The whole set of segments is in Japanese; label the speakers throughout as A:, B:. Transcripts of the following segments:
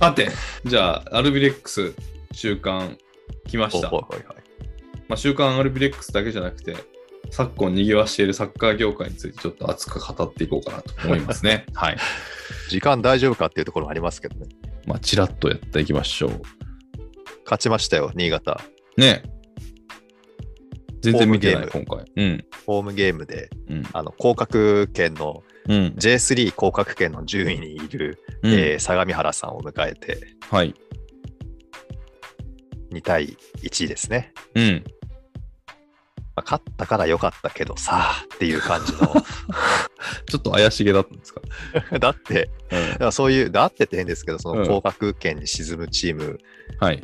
A: はて、じゃあ、アルビレックス、週刊、来ました。
B: ほいほいほい
A: まあ、週刊アルビレックスだけじゃなくて、昨今賑わしているサッカー業界についてちょっと熱く語っていこうかなと思いますね。 はい。
B: 時間大丈夫かっていうところもありますけどね。
A: まあ、ちらっとやっていきましょう。
B: 勝ちましたよ、新潟。
A: ね全然見てない、
B: ホー
A: 今回。うん。
B: ホームゲームで、
A: うん。
B: あの、降格圏の、
A: うん。
B: J3 降格圏の10位にいる、
A: うん
B: えー相模原さんを迎えて、
A: はい。
B: 2対1ですね。
A: うん。
B: まあ勝ったから良かったけどさあっていう感じ の。
A: ちょっと怪しげだったんですか。
B: だって、だからそういう、だってって変ですけど、そ
A: うん
B: の降格圏に沈むチーム
A: はい。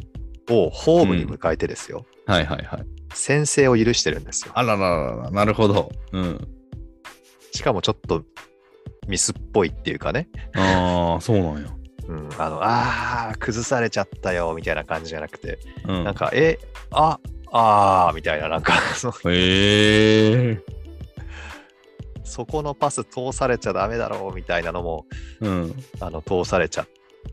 B: をホームに迎えてですよ、
A: はいはいはい。
B: 先制を許してるんですよ。
A: あらららら、なるほど。うん。
B: しかもちょっとミスっぽいっていうかね、
A: ああ、そうなんや。
B: うん、あの、あー、崩されちゃったよみたいな感じじゃなくて、
A: うん。
B: なんか、え、あ、あーみたいな、なんか その、
A: へえ。
B: そこのパス通されちゃダメだろうみたいなのも、
A: うん。
B: あの、通されちゃっ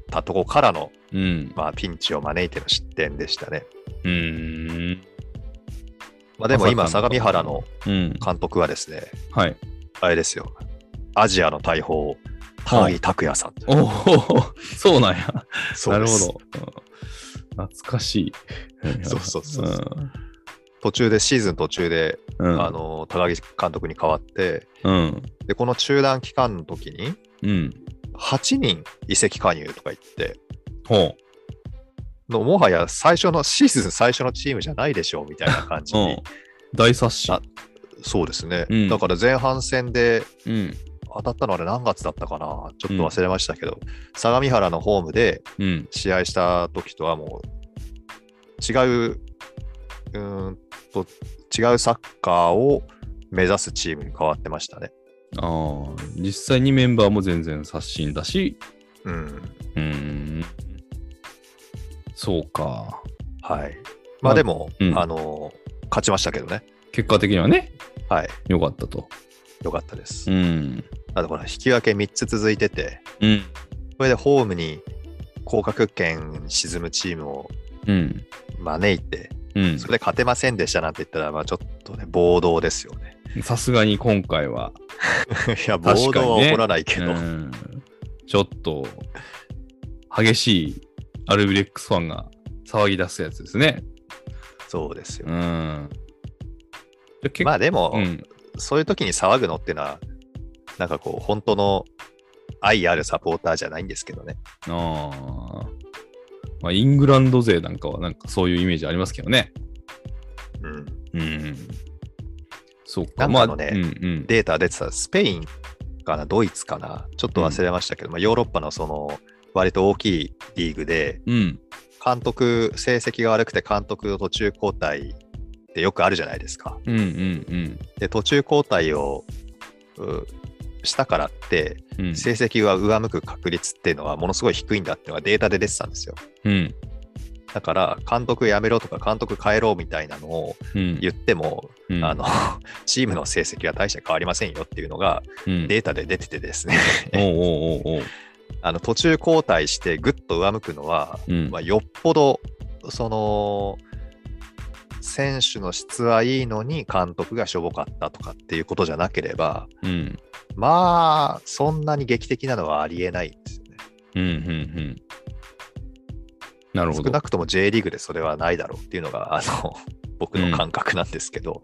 B: たとこからの、
A: うん。
B: まあ、ピンチを招いての失点でしたね。
A: うーん。
B: まあ、でも今、
A: まさかの
B: 相模原の
A: うん。
B: 監督はですね、
A: はい。
B: あれですよ、アジアの大砲、高木拓也さん。
A: おお、 そうなんや。
B: そ
A: な
B: う
A: る
B: です
A: ほど。うん懐かしい。
B: そうそうそうそう途中で、シーズン途中で、
A: うん。うん
B: あ、の高木監督に代わって、
A: うん。
B: でこの中断期間の時に、
A: うん。
B: 8人移籍加入とか言って、
A: ほ
B: のもはや最初のシーズン最初のチームじゃないでしょうみたいな感じ
A: う。う
B: に、
A: ん。大刷新
B: あ。そうですね、
A: うん
B: だから前半戦で
A: うん。
B: 当たったのあれ何月だったかな、ちょっと忘れましたけど、相模原のホームで
A: うん。
B: 試合した時とはもう違う、うーんと、違うサッカーを目指すチームに変わってましたね。
A: ああ、実際にメンバーも全然刷新だし、
B: うん。
A: うーん。そうか。
B: はい。まあでも、
A: うん
B: あの、勝ちましたけどね。
A: 結果的にはね、
B: はい。
A: 良かったと。
B: よかったです。
A: うん。
B: あとほら、引き分け3つ続いてて、
A: うん。
B: これでホームに降格圏沈むチームを
A: うん。
B: 招いて、
A: うん。
B: それで勝てませんでしたなんて言ったら、まあちょっとね、暴動ですよね。
A: さすがに今回は、
B: いや、
A: 確かにね
B: 暴動は起こらないけ
A: う
B: ど、
A: ん、ちょっと、激しいアルビレックスファンが騒ぎ出すやつですね。
B: そうですよ
A: う。ん。じゃ結構
B: まあでも、
A: うん、
B: そういう時に騒ぐのってのは、なんかこう、本当の愛あるサポーターじゃないんですけどね。
A: ああ。まあ、イングランド勢なんかは、なんかそういうイメージありますけどね。
B: うん。
A: うん。そう
B: な
A: か。
B: んかのね
A: まあ、うんうん。
B: データ出てた、スペインかな、ドイツかな、ちょっと忘れましたけど、まあヨーロッパのその、割と大きいリーグで、
A: うん。
B: 監督、成績が悪くて監督の途中交代ってよくあるじゃないですか。
A: うんうん
B: で、途中交代をうしたからって、
A: うん。うん。
B: 成績が上向く確率っていうのはものすごい低いんだっていうのがデータで出てたんですよ。
A: うん。
B: だから、監督やめろとか、監督変えろみたいなのを
A: うん。
B: 言っても、
A: うん
B: あの、チームの成績は大して変わりませんよっていうのが
A: うん、
B: データで出ててですね、
A: おうおうおうおう。
B: あの途中交代してぐっと上向くのは、
A: うん。
B: まあ、よっぽどその選手の質はいいのに監督がしょぼかったとかっていうことじゃなければ
A: うん。
B: まあそんなに劇的なのはありえないんですよね
A: うん。うん。うん。なるほ
B: 少
A: ど。
B: なくとも J リーグでそれはないだろうっていうのがあの 僕の感覚なんですけど、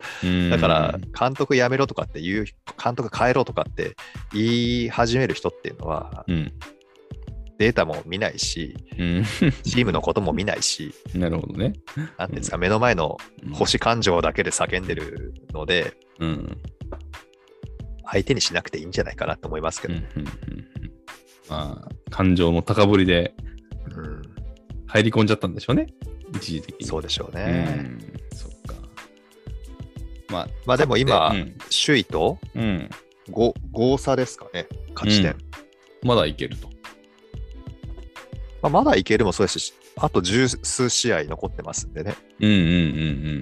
B: だから監督やめろとかって言う監督変えろとかって言い始める人っていうのは
A: うん。
B: データも見ないし
A: うん。
B: チームのことも見ないし
A: うん。 なるほどね。
B: 何ですか目の前の星感情だけで叫んでるので、
A: うん。うん。
B: 相手にしなくていいんじゃないかなと思いますけ
A: うん。う
B: ど、
A: ん。うんまあ、感情の高ぶりで
B: うん
A: 入り込んじゃったんでしょうね。一時的に。
B: そうでしょうね。
A: うん。そっか。まあ、
B: まあでも今、
A: うん
B: 首位と
A: うん。
B: 5, 5差ですかね、勝ち点。
A: うんまだいけると。
B: まあ、まだいけるもそうですし、あと十数試合残ってますんでね、
A: うんうんうん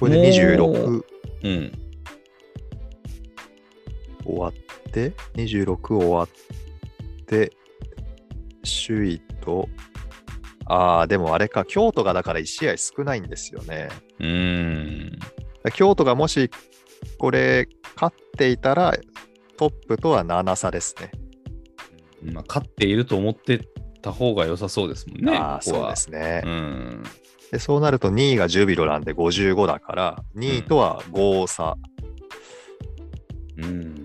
B: これで
A: お
B: 26
A: うん。うん。
B: 終わって、26終わって、首位とああ、でもあれか、京都がだから1試合少ないんですよね。
A: うーん。
B: 京都がもしこれ勝っていたらトップとは7差ですね。
A: まあ、勝っていると思ってた方が良さそうですもんね。
B: ああ
A: ここ
B: そう
A: は
B: ですね、
A: うん。
B: で。そうなると2位が10ビロなんで55だから2位とは5差。
A: うん。